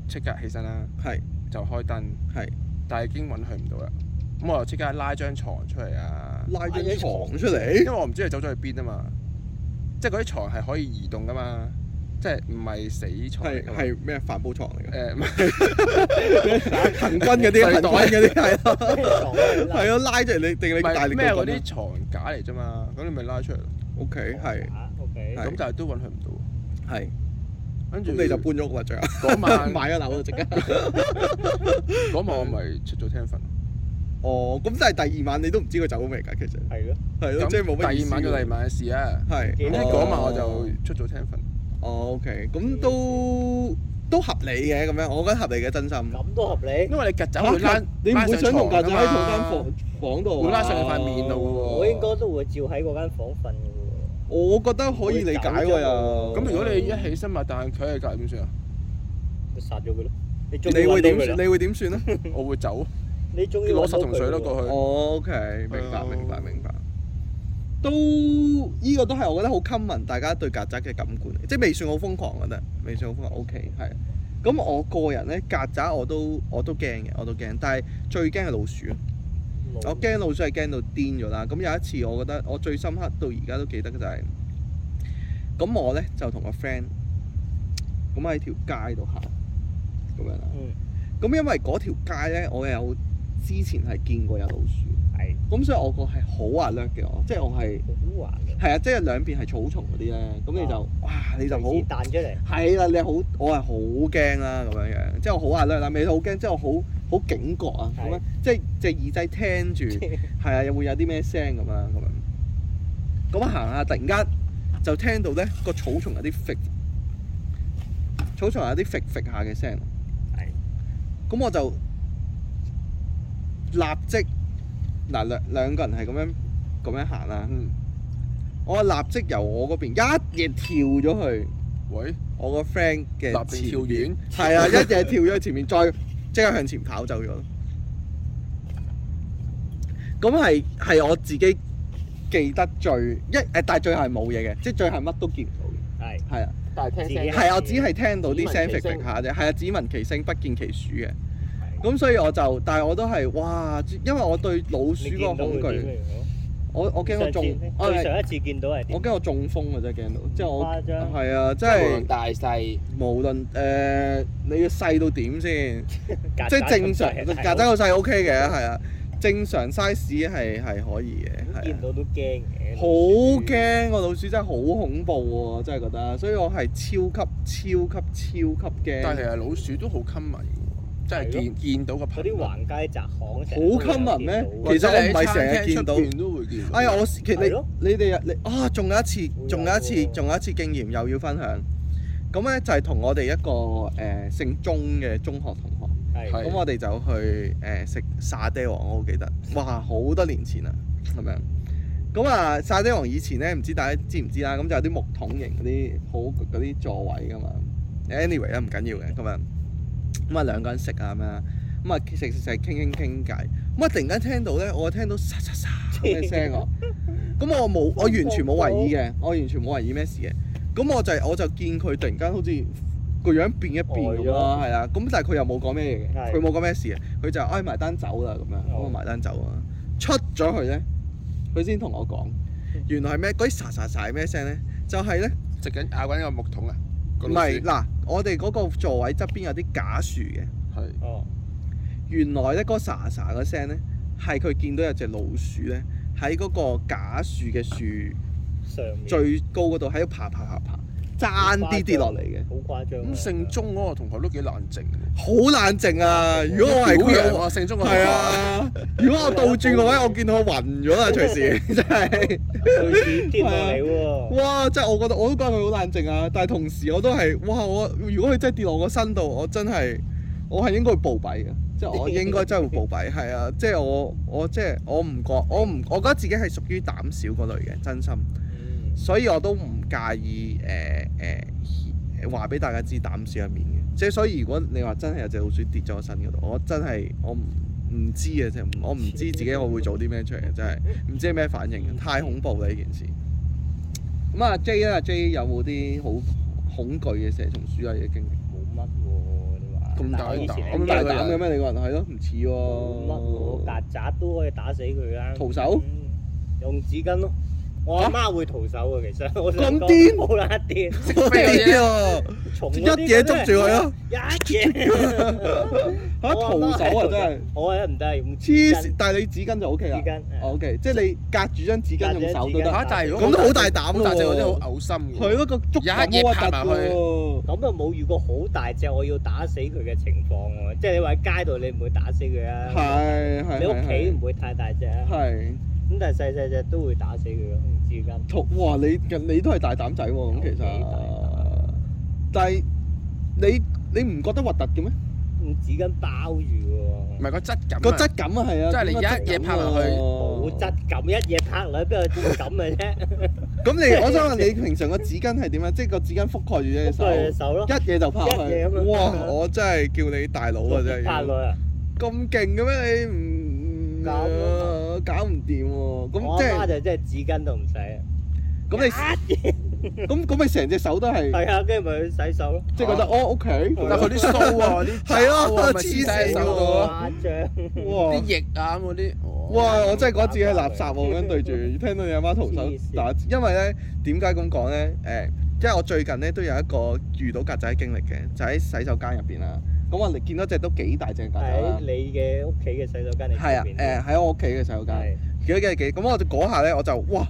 Speaker 2: 即刻起身啦，
Speaker 1: 係
Speaker 2: 就開燈，
Speaker 1: 係
Speaker 2: 但係已經揾佢唔到啦。咁我就即刻拉張床出嚟啊，
Speaker 1: 拉張
Speaker 3: 拉張
Speaker 1: 床
Speaker 3: 床
Speaker 1: 出
Speaker 2: 因
Speaker 1: 嚟
Speaker 2: 為，我唔知佢走咗去邊啊嘛，即係嗰啲床係可以移動噶嘛，即係唔係死床
Speaker 1: 係
Speaker 2: 嚟㗎嘛。
Speaker 1: 係咩帆布床嚟㗎？
Speaker 2: 誒唔係
Speaker 1: 行軍嗰啲，行
Speaker 2: 細袋
Speaker 1: 軍嗰啲係咯，係
Speaker 3: 係
Speaker 1: 咯，拉住你定你
Speaker 2: 唔
Speaker 1: 大
Speaker 2: 係
Speaker 1: 力
Speaker 2: 咩
Speaker 1: 到
Speaker 2: 嗰
Speaker 1: 咁啊
Speaker 2: 啲床架嚟啫嘛，咁你咪拉出嚟咯。
Speaker 1: ？O K，係
Speaker 3: ，O K，
Speaker 1: 係
Speaker 2: 咁但係都揾佢唔到。
Speaker 1: 係，
Speaker 2: 跟住
Speaker 1: 咁你就搬咗個最後
Speaker 2: 嗰 晚
Speaker 1: 買咗樓啊，即刻。
Speaker 2: 嗰晚我咪出咗廳瞓。
Speaker 1: 哦，咁但係第二晚你都唔知佢走咗未㗎，其實
Speaker 3: 係咯，
Speaker 1: 係咯，
Speaker 2: 咁
Speaker 1: 即係冇乜意
Speaker 2: 第
Speaker 1: 思
Speaker 2: 二晚就
Speaker 1: 㗎
Speaker 2: 第二晚嘅事啊。
Speaker 1: 係，
Speaker 2: 咁
Speaker 3: 咁
Speaker 2: 呢
Speaker 3: 呢
Speaker 2: 嗰晚我就出咗廳瞓。
Speaker 1: 哦，O K，咁都都合理嘅咁樣，我覺得合理嘅真心。
Speaker 3: 咁都合理。
Speaker 2: 因為你曱甴會拉，
Speaker 1: 你唔會想同曱甴喺同間
Speaker 2: 拉上床㗎
Speaker 1: 房
Speaker 2: 嘛
Speaker 1: 房度啊？
Speaker 2: 會拉上你塊面度喎。
Speaker 3: 我應該都會照喺嗰間房瞓嘅喎。
Speaker 1: 我覺得可以理解喎
Speaker 3: 會走咗
Speaker 1: 又。
Speaker 2: 咁如果你一起身擘大眼佢喺隔離點算啊？
Speaker 3: 你殺咗佢咯。你終於
Speaker 1: 你會
Speaker 3: 揾到
Speaker 1: 點
Speaker 3: 佢
Speaker 2: 啊
Speaker 1: 算？
Speaker 3: 啦。
Speaker 1: 你會點算咧？
Speaker 2: 我會走，
Speaker 3: 你終於
Speaker 2: 攞
Speaker 3: 揾
Speaker 2: 殺
Speaker 3: 到
Speaker 2: 蟲水
Speaker 3: 佢
Speaker 2: 咯
Speaker 3: 咯。
Speaker 2: 過去。
Speaker 1: 哦，OK，明白
Speaker 2: 係啊
Speaker 1: 明白明白。都呢、個都係我覺得好 common，大家對曱甴嘅感官，即係未算好瘋狂，我覺得未算好瘋狂。OK，係。咁我個人咧，曱甴我都我都驚嘅，我都驚。但係最驚係老鼠，
Speaker 2: 哦
Speaker 3: 老
Speaker 1: 我驚老鼠係驚到癲咗啦。咁有一次我覺得我最深刻到而家都記得嘅就係、咁我咧就同個 friend 咁喺條街度行咁樣啦。
Speaker 3: 嗯，
Speaker 1: 咁因為嗰條街咧，我有之前係見過有老鼠。
Speaker 3: 係
Speaker 1: 咁所以我個係好啊滑略嘅，我即係我係
Speaker 3: 好玩嘅。
Speaker 1: 係啊，即係兩邊係草叢嗰啲咧，咁你就哇你就好
Speaker 3: 隨時彈出嚟。
Speaker 1: 係啦，你好我係好驚啦咁樣樣，即係我好滑略啦，未好驚，即係我好好警覺啊咁樣，即係隻耳仔聽住係啊，又會有啲咩聲咁啦咁樣，咁行下突然間就聽到咧個草叢有啲揈，草叢有啲揈揈下嘅聲。
Speaker 3: 係
Speaker 1: 咁我就立即嗱兩兩個人係咁樣咁樣行啦。
Speaker 2: 嗯，
Speaker 1: 我立即由我嗰邊一嘢跳咗去
Speaker 2: 喂，
Speaker 1: 我個 friend 嘅
Speaker 2: 立
Speaker 1: 前
Speaker 2: 定跳
Speaker 1: 面，
Speaker 2: 遠，
Speaker 1: 係啊，一嘢跳咗去前面，再即刻向前跑走咗。咁係係我自己記得最一誒，但係最後係冇嘢嘅，即係最後係乜都見唔到
Speaker 3: 係
Speaker 1: 嘅，係啊。
Speaker 2: 但係
Speaker 3: 聽聲
Speaker 1: 係啊我只係聽到啲聲 f 揈下啫，係啊，只聞其聲不見其鼠嘅。咁所以我就，但係我都係哇，因為我對老鼠嗰個恐懼，我我驚我中，我
Speaker 3: 對
Speaker 1: 係
Speaker 3: 上一次見到係
Speaker 1: 我
Speaker 3: 點？
Speaker 1: 驚我中風啊！真係驚到，即係我
Speaker 3: 誇張
Speaker 1: 係啊，即
Speaker 2: 無論
Speaker 1: 係
Speaker 2: 大細，
Speaker 1: 無論呃誒你嘅細到點先，
Speaker 3: 曱甴
Speaker 1: 即係正
Speaker 3: 咁
Speaker 1: 常
Speaker 3: 細
Speaker 1: 曱甴個細 OK 嘅係啊，正常 size 係係可以嘅，係
Speaker 3: 見
Speaker 1: 啊
Speaker 3: 到都驚嘅。
Speaker 1: 好驚個老鼠真係好恐怖喎，真係覺得，所以我係超級超級超級驚
Speaker 2: 但係其。實老鼠都好 common 嘅喎，即係見見到個
Speaker 3: 嗰
Speaker 2: 頻
Speaker 3: 啲
Speaker 2: 率。
Speaker 3: 橫街窄巷成
Speaker 1: 好
Speaker 3: 日都有
Speaker 1: common
Speaker 3: 見
Speaker 1: 咩
Speaker 3: 到
Speaker 1: 其實我唔係成日
Speaker 2: 或者你喺
Speaker 1: 見到
Speaker 2: 餐廳出邊都會見到。
Speaker 1: 哎呀，我其
Speaker 3: 係
Speaker 1: 實
Speaker 3: 咯
Speaker 1: 你你哋啊你啊，仲有一次，仲有一
Speaker 3: 會有
Speaker 1: 次，
Speaker 3: 喎
Speaker 1: 仲有一次經驗又要分享。咁咧就係同我哋一個誒、呃姓鐘嘅中學同學，
Speaker 3: 係
Speaker 2: 係
Speaker 1: 咁我哋就去誒、呃食沙爹王，我好記得，哇好多年前啦咁樣。咁啊沙爹王以前咧唔知大家知唔知啦，咁就有啲木桶型嗰啲好嗰啲座位噶嘛。anyway 啦，唔緊要嘅咁樣。咁啊兩個人食啊咁樣，咁啊食食食傾傾傾偈，咁啊突然間聽到咧，我聽到沙沙沙咁嘅聲喎。咁我冇，我完全冇懷疑嘅，我完全冇懷疑咩事嘅。咁我就我就見佢突然間好似個樣變一變咁啦，係啦。咁但係佢又冇講咩嘢嘅，
Speaker 3: 係
Speaker 1: 佢冇講咩事嘅，佢就唉埋單走啦咁樣，咁我
Speaker 3: 哦
Speaker 1: 埋單走啊。出咗去咧，佢先同我講，原來係咩？嗰啲沙沙沙係咩聲咧？就係咧。
Speaker 2: 食緊咬緊個木桶啊！個
Speaker 1: 唔
Speaker 2: 老鼠
Speaker 1: 係嗱，我哋嗰個座位側邊有啲假樹嘅，
Speaker 2: 係
Speaker 3: 哦，
Speaker 1: 原來咧嗰個沙沙嗰聲咧，係佢見到有隻老鼠咧喺嗰個假樹嘅樹
Speaker 3: 上面
Speaker 1: 最高嗰度喺度爬爬爬爬，爭啲跌落嚟嘅，
Speaker 3: 好誇張啊。
Speaker 2: 咁姓鐘嗰個同學都幾冷靜喎。
Speaker 1: 好冷靜啊！如果我係
Speaker 2: 表
Speaker 1: 佢
Speaker 2: 揚
Speaker 1: 人，
Speaker 2: 啊，姓鐘嗰個同學
Speaker 1: 係，啊，如果我倒轉個位，我見到佢暈咗啦，隨時真係，
Speaker 3: 嗯類似跌落嚟喎。
Speaker 1: 哇！真係啊我覺得我都覺得佢好冷靜啊，但係同時我都係，哇！我如果佢真係跌落我身度，我真係我係應該會暴斃嘅，即係我應該真係會暴斃，係啊，即係我我即係我唔覺，我唔我覺得自己係屬於膽小嗰類嘅，真心。
Speaker 3: 嗯
Speaker 1: 所以我都唔介意誒誒話俾大家知膽小一面嘅，即係所以如果你話真係有隻老鼠跌咗我身嗰度，我真係我唔唔知嘅啫，我唔知自己我會做啲咩出嚟，真係唔知咩反應嘅，太恐怖啦呢件事。咁啊 J 啊 J 有冇啲好恐懼嘅蛇蟲鼠蟻嘅經歷？
Speaker 3: 冇乜喎，你話
Speaker 1: 咁大
Speaker 3: 我以前
Speaker 2: 膽
Speaker 1: 咁
Speaker 3: 喺
Speaker 1: 大
Speaker 3: 街
Speaker 1: 膽嘅咩？你個人係咯，唔似
Speaker 3: 冇乜喎，
Speaker 1: 喎。
Speaker 3: 曱甴都可以打死佢啦。
Speaker 1: 徒手
Speaker 3: 嗯？用紙巾咯。我阿媽會徒手啊，其實 我
Speaker 1: 咁癲
Speaker 3: 冇啦癲，
Speaker 1: 好癲啊！
Speaker 3: 蟲
Speaker 1: 一
Speaker 3: 嗰啲
Speaker 1: 嘢捉住佢咯，
Speaker 3: 一 嘢。
Speaker 1: 嚇徒手啊真係
Speaker 3: 我係唔得，用
Speaker 1: 黐
Speaker 3: 紙
Speaker 1: 線
Speaker 3: 巾，，
Speaker 1: 但係你紙巾就 O K 啦
Speaker 3: 紙。巾。啊
Speaker 1: 哦 OK，即係你隔住張紙巾用手都
Speaker 3: 隔住張紙巾
Speaker 1: 得。
Speaker 2: 嚇！但係如果
Speaker 1: 咁都好大膽喎
Speaker 2: 好大隻嗰啲好嘔心嘅。
Speaker 1: 佢嗰個觸感好核突喎。
Speaker 3: 咁又冇遇過好大隻，我要打死佢嘅情況喎。即係你話喺街度，你唔會打死佢啊。
Speaker 1: 係係。
Speaker 3: 你屋企唔會太大隻啊。
Speaker 1: 係
Speaker 3: 咁但係細細隻都會打死佢咯，用紙巾。
Speaker 1: 同哇！你你都係大膽仔喎，咁其實
Speaker 3: 大膽。
Speaker 1: 但係你你唔覺得核突嘅咩？
Speaker 3: 用紙巾包住
Speaker 2: 唔
Speaker 3: 喎，
Speaker 2: 係個質感啊。
Speaker 1: 個質感啊，係啊。
Speaker 2: 即係你
Speaker 1: 個質感
Speaker 2: 一嘢拍落去
Speaker 1: 喎
Speaker 3: 冇。質感，一嘢拍落去邊有質感 嘅啫？
Speaker 1: 咁你我想問你平常個紙巾係點啊？即係個紙巾覆蓋住隻手，
Speaker 3: 對隻手咯，
Speaker 1: 一嘢就拍落
Speaker 3: 一
Speaker 1: 去
Speaker 3: 嘢咁。樣
Speaker 1: 哇！我真係叫你大佬啊！真係。
Speaker 3: 拍落去啊！
Speaker 1: 咁勁嘅咩？你唔
Speaker 3: 搞唔
Speaker 1: 搞唔掂喎？
Speaker 3: 我
Speaker 1: 咁
Speaker 3: 阿
Speaker 1: 即
Speaker 3: 媽
Speaker 1: 係
Speaker 3: 就真係紙巾都唔使啊！
Speaker 1: 咁你。
Speaker 3: 一嘢
Speaker 1: 咁咁咪成隻手都係，
Speaker 3: 呃係啊，啊跟住咪去洗手咯。
Speaker 1: 即係覺得哦，OK，
Speaker 2: 但佢啲須 啊，啲
Speaker 1: 係啊
Speaker 2: 爪啊咪
Speaker 1: 黐
Speaker 2: 黐
Speaker 1: 線
Speaker 2: 喺手度啊
Speaker 3: 誇張，
Speaker 1: 哇
Speaker 2: 啲翼啊咁嗰啲。
Speaker 1: 哇！我真係覺得自己係垃圾喎，咁樣對 住，聽到你阿媽徒手
Speaker 3: 啊黐線
Speaker 1: 打，因為咧點解咁講咧？誒，因為我最近咧都有一個遇到曱甴嘅經歷嘅，就喺洗手間入邊啦。咁我見到隻都幾大隻曱甴
Speaker 3: 喺
Speaker 1: 啦，
Speaker 3: 你嘅屋企嘅洗手間嚟
Speaker 1: 係啊，誒喺我屋企嘅洗手間。
Speaker 3: 係
Speaker 1: 幾多幾幾咁我就嗰下咧，我就哇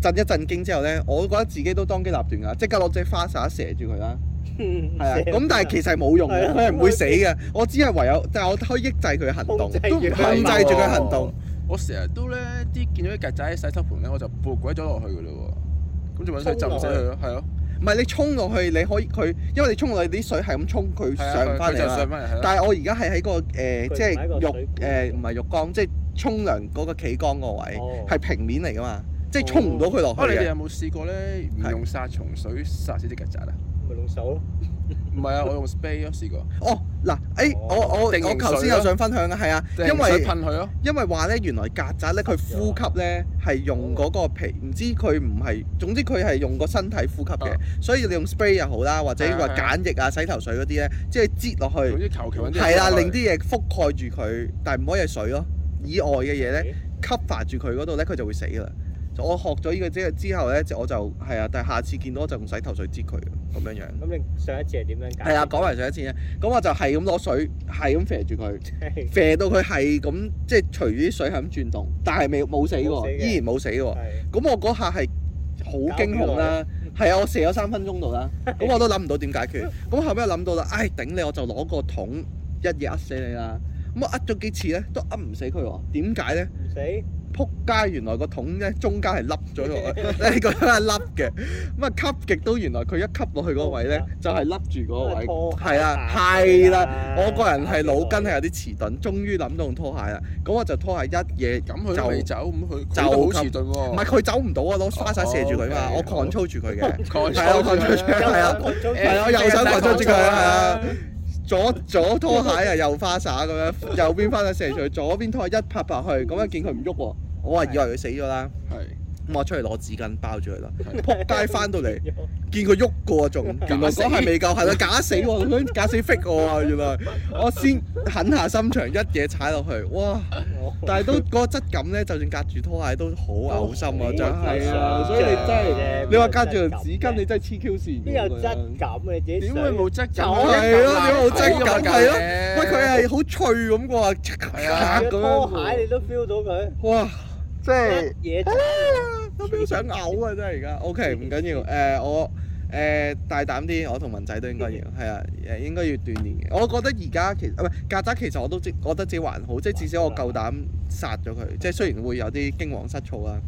Speaker 1: 震一震驚之後咧，我都覺得自己都當機立斷㗎，即刻攞隻花灑射住佢啦。
Speaker 3: 嗯
Speaker 1: 係啊，咁但係其實係冇用
Speaker 3: 係
Speaker 1: 嘅，
Speaker 3: 啊
Speaker 1: 佢係唔會死嘅。我只係唯有，但係我可以抑制佢嘅行動，
Speaker 3: 控制
Speaker 1: 都
Speaker 3: 住
Speaker 1: 唔控制
Speaker 3: 佢哦
Speaker 1: 住佢嘅行動。
Speaker 2: 啊我成日都咧啲見到啲曱甴喺洗手盆咧，我就撥鬼咗落去㗎咯喎。咁就揾水浸死佢咯，係咯，
Speaker 1: 唔係你衝落去，你可以佢，因為你衝落去啲水係咁衝，佢
Speaker 2: 係啊
Speaker 1: 上
Speaker 2: 佢
Speaker 1: 翻
Speaker 2: 就
Speaker 1: 嚟
Speaker 2: 上
Speaker 1: 啦。
Speaker 2: 翻嚟，係咯。
Speaker 1: 但係我而家係喺個誒，
Speaker 3: 佢
Speaker 1: 即
Speaker 3: 唔係一
Speaker 1: 係
Speaker 3: 個
Speaker 1: 浴
Speaker 3: 水管
Speaker 1: 誒，唔係浴缸，即係沖涼嗰個企缸個位，
Speaker 3: 哦
Speaker 1: 係平面嚟㗎嘛，即係衝唔到佢落去
Speaker 2: 啊，你哋
Speaker 1: 嘅。
Speaker 2: 有冇試過咧唔
Speaker 1: 係
Speaker 2: 用殺蟲水殺死啲曱甴啊？
Speaker 3: 咪用手咯，
Speaker 2: 唔係啊，我用 spray 咯，試過。
Speaker 1: 哦，嗱，誒，我我
Speaker 2: 定型
Speaker 1: 我頭先
Speaker 2: 水咯
Speaker 1: 有想分享嘅，係啊，
Speaker 2: 即係
Speaker 1: 因
Speaker 2: 用水
Speaker 1: 為。
Speaker 2: 噴佢咯。
Speaker 1: 因為話咧，原來曱甴咧佢呼吸咧係用嗰個皮，唔知佢唔係，總之佢係用個身體呼吸嘅
Speaker 2: 啊，
Speaker 1: 所以你用 spray 又好啦，或者話
Speaker 2: 係啊
Speaker 1: 梘液啊、洗頭水嗰啲咧，即係擠落
Speaker 2: 總
Speaker 1: 去，
Speaker 2: 之求其揾啲嘢
Speaker 1: 係啦，
Speaker 2: 落去
Speaker 1: 令啲嘢覆蓋住佢，但係唔可以係水咯，以外嘅嘢咧吸發住佢嗰度咧，佢就會死噶啦。就我學咗呢個之之後咧，就我就係啊，但係下次見到我就唔使頭水擠佢咁樣樣。
Speaker 3: 咁你上一次係點樣解？
Speaker 1: 係 啊，講埋上一次咧，咁我就係咁攞水，係咁肥住佢，肥到佢係咁即係隨住啲水係咁轉動，但係未冇死
Speaker 3: 冇死
Speaker 1: 喎，
Speaker 3: 嘅
Speaker 1: 依然冇死喎。
Speaker 3: 係
Speaker 1: 咁我嗰下係好驚恐啦，係啊，我射咗三分鐘度 啦，咁我都諗唔到點解決。咁後尾我諗到啦，唉頂你，我就攞個桶一嘢扼死你啦。咁我扼呃咗幾次咧，都扼唔死佢喎。點解咧？
Speaker 3: 唔死。
Speaker 1: 撲街！原來個桶咧中間係凹咗嘅 喎， 你覺得係凹嘅，咁啊吸極都原來佢一吸落去嗰個位咧，就係凹住嗰個位，係啦，係啦。我個人係腦筋係有啲遲鈍，終於諗到用拖鞋啦。咁我就拖鞋一嘢
Speaker 2: 咁佢
Speaker 1: 就
Speaker 2: 都未走，咁佢佢
Speaker 1: 就
Speaker 2: 都好
Speaker 1: 咁
Speaker 2: 遲鈍喎。
Speaker 1: 唔係佢走唔到啊，攞花灑射住佢嘛，
Speaker 2: 哦
Speaker 1: 我
Speaker 2: ，OK，好
Speaker 1: control 住佢 嘅，
Speaker 2: 佢
Speaker 1: 係啊，我
Speaker 3: Ờ,
Speaker 1: control 住佢，係啊，係 啊，我右手 control 住佢，係啊，左左拖鞋啊，右花灑咁樣，右邊花灑射住佢，左邊拖鞋一拍拍去，咁樣見佢唔喐喎，我話以為佢死咗啦，
Speaker 2: 係
Speaker 1: 咁我出去攞紙巾包住佢啦，
Speaker 2: 係
Speaker 1: 仆街翻到嚟。見佢喐過 仲，原來嗰係未夠，係啦，假死我，佢假死 fit 我啊，原來我先狠下心腸一嘢踩落去，哇！ 但係都嗰、個質感咧，就算隔住拖鞋都好嘔心啊，真係啊！所以你真係，你話隔住條紙巾，你真係黐 Q 線㗎。
Speaker 3: 邊有
Speaker 1: 咁樣
Speaker 3: 質感嘅自己
Speaker 2: 點
Speaker 3: 想
Speaker 2: 會冇質感？
Speaker 1: 係咯點會冇質感係咯
Speaker 2: 喂
Speaker 1: 喂，佢係好脆咁啩，
Speaker 2: 係啊
Speaker 1: 咁
Speaker 3: 拖鞋
Speaker 1: 樣。
Speaker 3: 你都 feel 到佢
Speaker 1: 哇！即係
Speaker 3: 一。嘢
Speaker 1: 都邊想嘔啊！真係而家。OK，唔 緊要。誒、我誒、大膽啲，我同文仔都應該要係啊，誒應該要鍛鍊嘅。我覺得而家其實唔係曱甴，其實我都即覺得自己還好，即係至少
Speaker 3: 啊
Speaker 1: 我夠膽殺咗佢。即係雖然會有啲驚惶失措啦，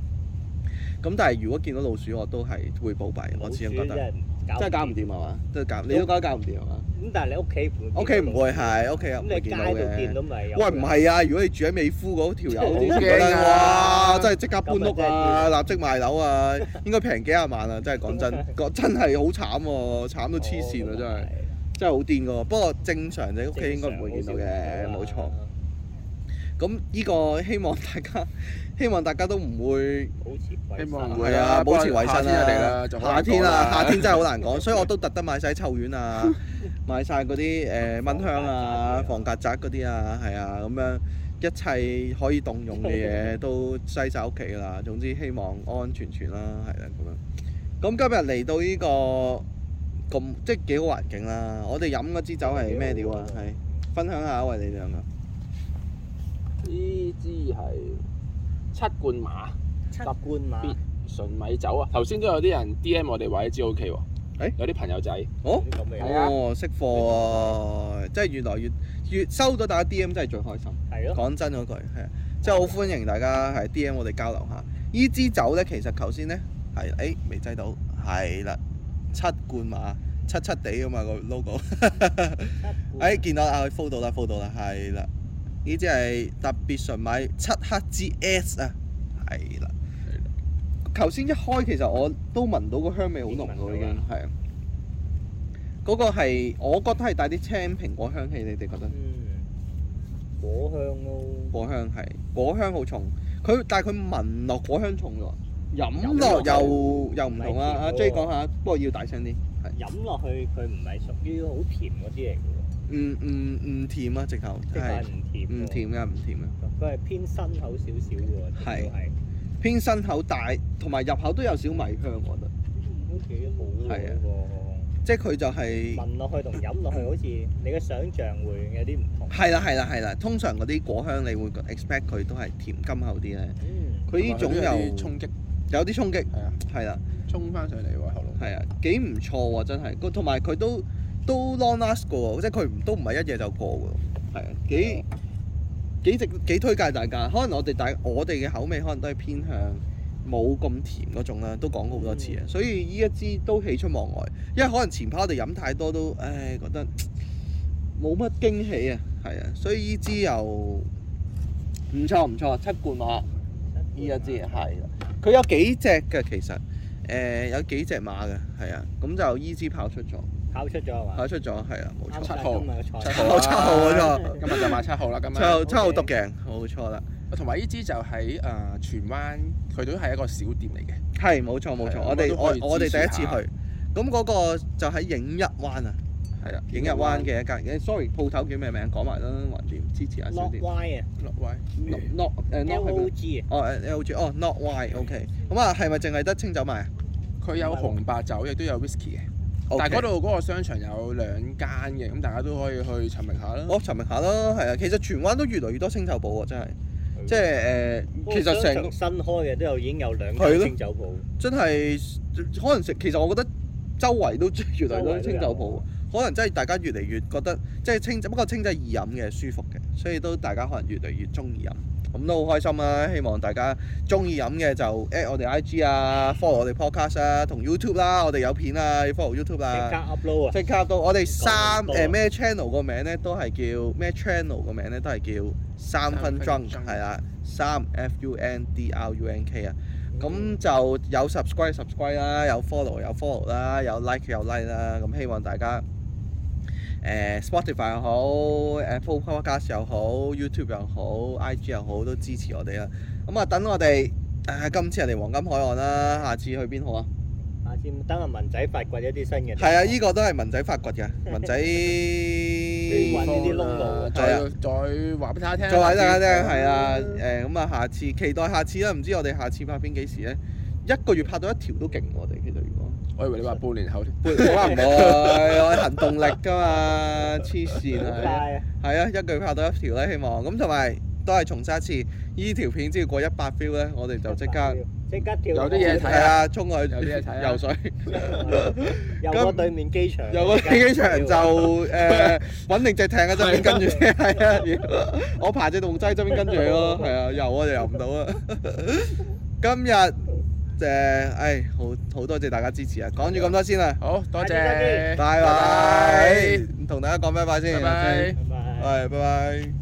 Speaker 1: 咁但係如果見到老鼠，我都係會保蔽。我始終覺
Speaker 3: 啊
Speaker 1: 得真係搞唔掂係嘛？都搞，你都覺得搞唔掂係嘛
Speaker 3: 咁但係你屋企唔
Speaker 1: ？O K 唔會係，O K
Speaker 3: 咁
Speaker 1: 唔
Speaker 3: 你
Speaker 1: 會
Speaker 3: 街
Speaker 1: 見到
Speaker 3: 度見
Speaker 1: 嘅。
Speaker 3: 到咪有
Speaker 1: 喂，唔係啊！如果你住喺美孚嗰條友，
Speaker 3: 好
Speaker 1: 好驚
Speaker 2: 驚
Speaker 1: 得
Speaker 2: 啊
Speaker 1: 哇！真係即刻搬屋啊，立即賣樓啊，應該平幾廿萬啊！真係講真， 講真係好慘喎，慘到黐線啊！真係真係好癲㗎喎。不過正常你屋企應該唔會見到嘅，冇錯。咁呢個希望大家， 希望大家都唔會
Speaker 3: 好似
Speaker 2: 希望唔會
Speaker 1: 係
Speaker 2: 啊
Speaker 1: 啊，保持衞
Speaker 2: 夏
Speaker 1: 生
Speaker 2: 天就嚟啦就好
Speaker 1: 夏
Speaker 2: 難
Speaker 1: 天啊，
Speaker 2: 講啦
Speaker 1: 夏天真係好難 講，所以我都特登買晒臭丸啊，買晒嗰啲誒蚊香啊、防曱甴嗰啲啊，係啊，咁樣一切可以動用嘅 嘢都擠晒屋企㗎啦。總之希望安安全全啦，係啦咁樣。咁今日嚟到呢個咁即係幾好環境啦。我哋飲嗰支酒係咩料啊？係分享下喂你兩個。
Speaker 2: 呢支係七罐馬
Speaker 3: 七冠馬
Speaker 2: 純米酒啊！頭先都有啲人 D M 我哋話呢支 O K 喎
Speaker 1: 誒，
Speaker 2: 有啲朋友仔
Speaker 1: 哦。
Speaker 3: 咁嘅
Speaker 2: 係啊
Speaker 1: 哦，識貨喎，即係原來越越收到大家 DM 真係最開心。
Speaker 3: 係咯，
Speaker 1: 講真嗰句係啊，即係好歡迎大家係 DM 我哋交流下。呢支酒咧，其實頭先咧係誒未製到，係啦，七罐馬，七七地啊咁嘛個 logo。
Speaker 3: 七
Speaker 1: 誒見到啦，佢 fold 到啦，fold 到啦，係啦，呢支係特別純米漆黑之 S 啊，係啦。頭先一開其實我都聞到個香味好濃咯，已
Speaker 3: 已經聞
Speaker 1: 經係啊。嗰個係我覺得係帶啲青蘋果香氣，你哋覺
Speaker 3: Ừ.
Speaker 1: 得？
Speaker 3: 嗯果香咯，
Speaker 1: 果香係果香好重，佢但係佢聞落果香重咗，飲
Speaker 3: 飲
Speaker 1: 落
Speaker 3: 落
Speaker 1: 又又唔同啦。阿
Speaker 3: 唔係甜喎
Speaker 1: J 講下，不過要大聲啲。係
Speaker 3: 飲落去佢唔係屬於好甜嗰啲嚟嘅
Speaker 1: 唔唔唔甜啊，直頭
Speaker 3: 喎，即係
Speaker 1: 係
Speaker 3: 唔甜，
Speaker 1: 唔甜，啊嘅，唔甜嘅。
Speaker 3: 佢係偏辛口少少嘅喎，
Speaker 1: 係
Speaker 3: 都係
Speaker 1: 偏身口大，同埋入口都有少米香，我覺得。
Speaker 3: 都幾好
Speaker 1: 係
Speaker 3: 喎
Speaker 1: 啊
Speaker 3: 嗰
Speaker 1: 即係佢就係
Speaker 3: 個，聞落去同飲落去好似你嘅想像會有啲唔同，
Speaker 1: 係啦係啦係啦。通常嗰啲果香你會 expect 佢都係甜甘口啲咧，
Speaker 3: 嗯，
Speaker 1: 佢呢種
Speaker 2: 同埋有啲
Speaker 1: 又
Speaker 2: 衝擊
Speaker 1: 有啲衝擊，
Speaker 2: 係啊，
Speaker 1: 係啦
Speaker 2: 衝翻上嚟喎喉嚨。
Speaker 1: 係啊，幾唔錯喎真係。個同埋佢都都 long last 過喎，即係佢唔都唔係一夜就過喎。係啊，幾幾值幾推介大家。可能我哋大我哋嘅口味可能都係偏向冇咁甜嗰種啦，都講過好多次啊。所以呢一支都喜出望外，因為可能前排我哋飲太多都，唉覺得冇乜驚喜啊，係啊，所以呢支又唔錯唔錯，七罐馬。呢一支係啦，佢有幾隻嘅其實，誒、有幾隻馬嘅，係啊，咁就依支跑出咗，
Speaker 3: 跑出咗係嘛
Speaker 1: 跑？出咗係啊，冇
Speaker 3: 啱
Speaker 1: 錯，
Speaker 3: 晒
Speaker 2: 七號
Speaker 3: 今日嘅賽
Speaker 2: 七
Speaker 1: 七號
Speaker 2: 啊
Speaker 1: 七號嗰個
Speaker 2: 今日就買七號啦，今
Speaker 1: 七號
Speaker 2: 日。
Speaker 1: 七號獨贏，冇錯啦，
Speaker 2: 同埋呢支就喺誒荃灣，佢都係一個小店嚟嘅。
Speaker 1: 係冇錯冇
Speaker 2: 係
Speaker 1: 錯，
Speaker 2: 啊
Speaker 1: 我哋
Speaker 2: 咁我都可以
Speaker 1: 我我哋
Speaker 2: 支持
Speaker 1: 第一次
Speaker 2: 下
Speaker 1: 去，咁嗰個就喺影一灣啊，係啊，景日灣嘅一間。誒，sorry，鋪頭叫咩名？講埋啦，橫掂支持下小
Speaker 3: Lock
Speaker 1: 店。
Speaker 3: Y 啊
Speaker 1: Not not 誒 not 係
Speaker 3: ，L
Speaker 1: 邊
Speaker 3: O
Speaker 1: 度
Speaker 3: G 啊，
Speaker 1: 哦誒 L G 哦 not Y，OK。咁啊，係咪淨係得清酒賣啊？
Speaker 2: 佢有紅白酒，亦都有 whisky 嘅。但係嗰度嗰個商場有兩間嘅，咁大家都可以去尋覓下啦。
Speaker 1: 我尋覓下啦，係啊，其實荃灣都越嚟越多清酒鋪喎，真係，即係誒、其實成個
Speaker 3: 個新開嘅都有已經有兩
Speaker 1: 係
Speaker 3: 間
Speaker 1: 咯
Speaker 3: 清酒鋪，
Speaker 1: 真係可能食，其實我覺得周圍都 越嚟越多清酒鋪，可能真係大家越嚟越覺得即係清酒，不過清酒易飲嘅，舒服嘅，所以都大家可能越嚟越中意飲，咁都好開心啦！希望大家中意飲嘅就 at 我哋 IG 啊，follow 我哋 podcast 啊，同 YouTube 啦，我哋有片啊，要 follow YouTube
Speaker 3: 即
Speaker 1: 啦
Speaker 3: 刻。upload à. 啊，
Speaker 1: 即刻到我哋三
Speaker 3: 講得多啊
Speaker 1: 誒咩 channel 個名咧，都係叫咩 channel 個名咧，都係叫三分
Speaker 2: 三
Speaker 1: drunk
Speaker 2: 分 drunk
Speaker 1: 係啦，三 F U N D R U N K 啊。
Speaker 3: Ừ.
Speaker 1: 咁就有 subscribe subscribe 啦，有 follow 有 follow 啦，有 like 有 like 啦。咁希望大家誒、Spotify 又好，Apple Podcast 又好，YouTube 又好，IG 又好，都支持我哋啦。咁啊，等我哋啊，今次人哋黃金海岸啦，下次去邊好啊？
Speaker 3: 下次等阿文仔發掘一啲新嘅地方，
Speaker 1: 係啊，依、個都係文仔發掘 嘅，文仔
Speaker 3: 要揾呢啲窿路啊
Speaker 2: 再再話俾大家聽。
Speaker 1: 再話俾大家聽，係啊，誒咁啊，下次期待下次啦，唔知我哋下次拍片幾時咧？一個月拍到一條都勁喎我哋其實如 果。
Speaker 2: 我以為你話半年後添。
Speaker 1: 可能唔會，我有行動力㗎嘛，黐線
Speaker 3: 好
Speaker 1: 啊！
Speaker 3: 快啊，
Speaker 1: 係啊，一句拍到一條咧，希望咁同埋都係重申一次，呢條片只要過一百 view 咧，我哋就即刻
Speaker 3: 即刻跳
Speaker 2: 有啲嘢睇
Speaker 1: 係啊，衝去
Speaker 2: 有啲嘢睇啊
Speaker 1: 游水，
Speaker 3: 有個對面機場，
Speaker 1: 游個啊飛機場就 誒揾定隻艇喺側邊跟住，係啊，要我爬只洞仔側邊跟住佢咯，係啊，游我就游唔到啊！今日誒，唉，好好多謝大家支持啊！講住咁多先啦。
Speaker 2: 好多
Speaker 3: 下次再
Speaker 2: 謝，
Speaker 3: 見
Speaker 1: 拜拜，同大家講拜拜先，
Speaker 2: 拜拜。
Speaker 3: 拜拜。
Speaker 1: 係，拜拜。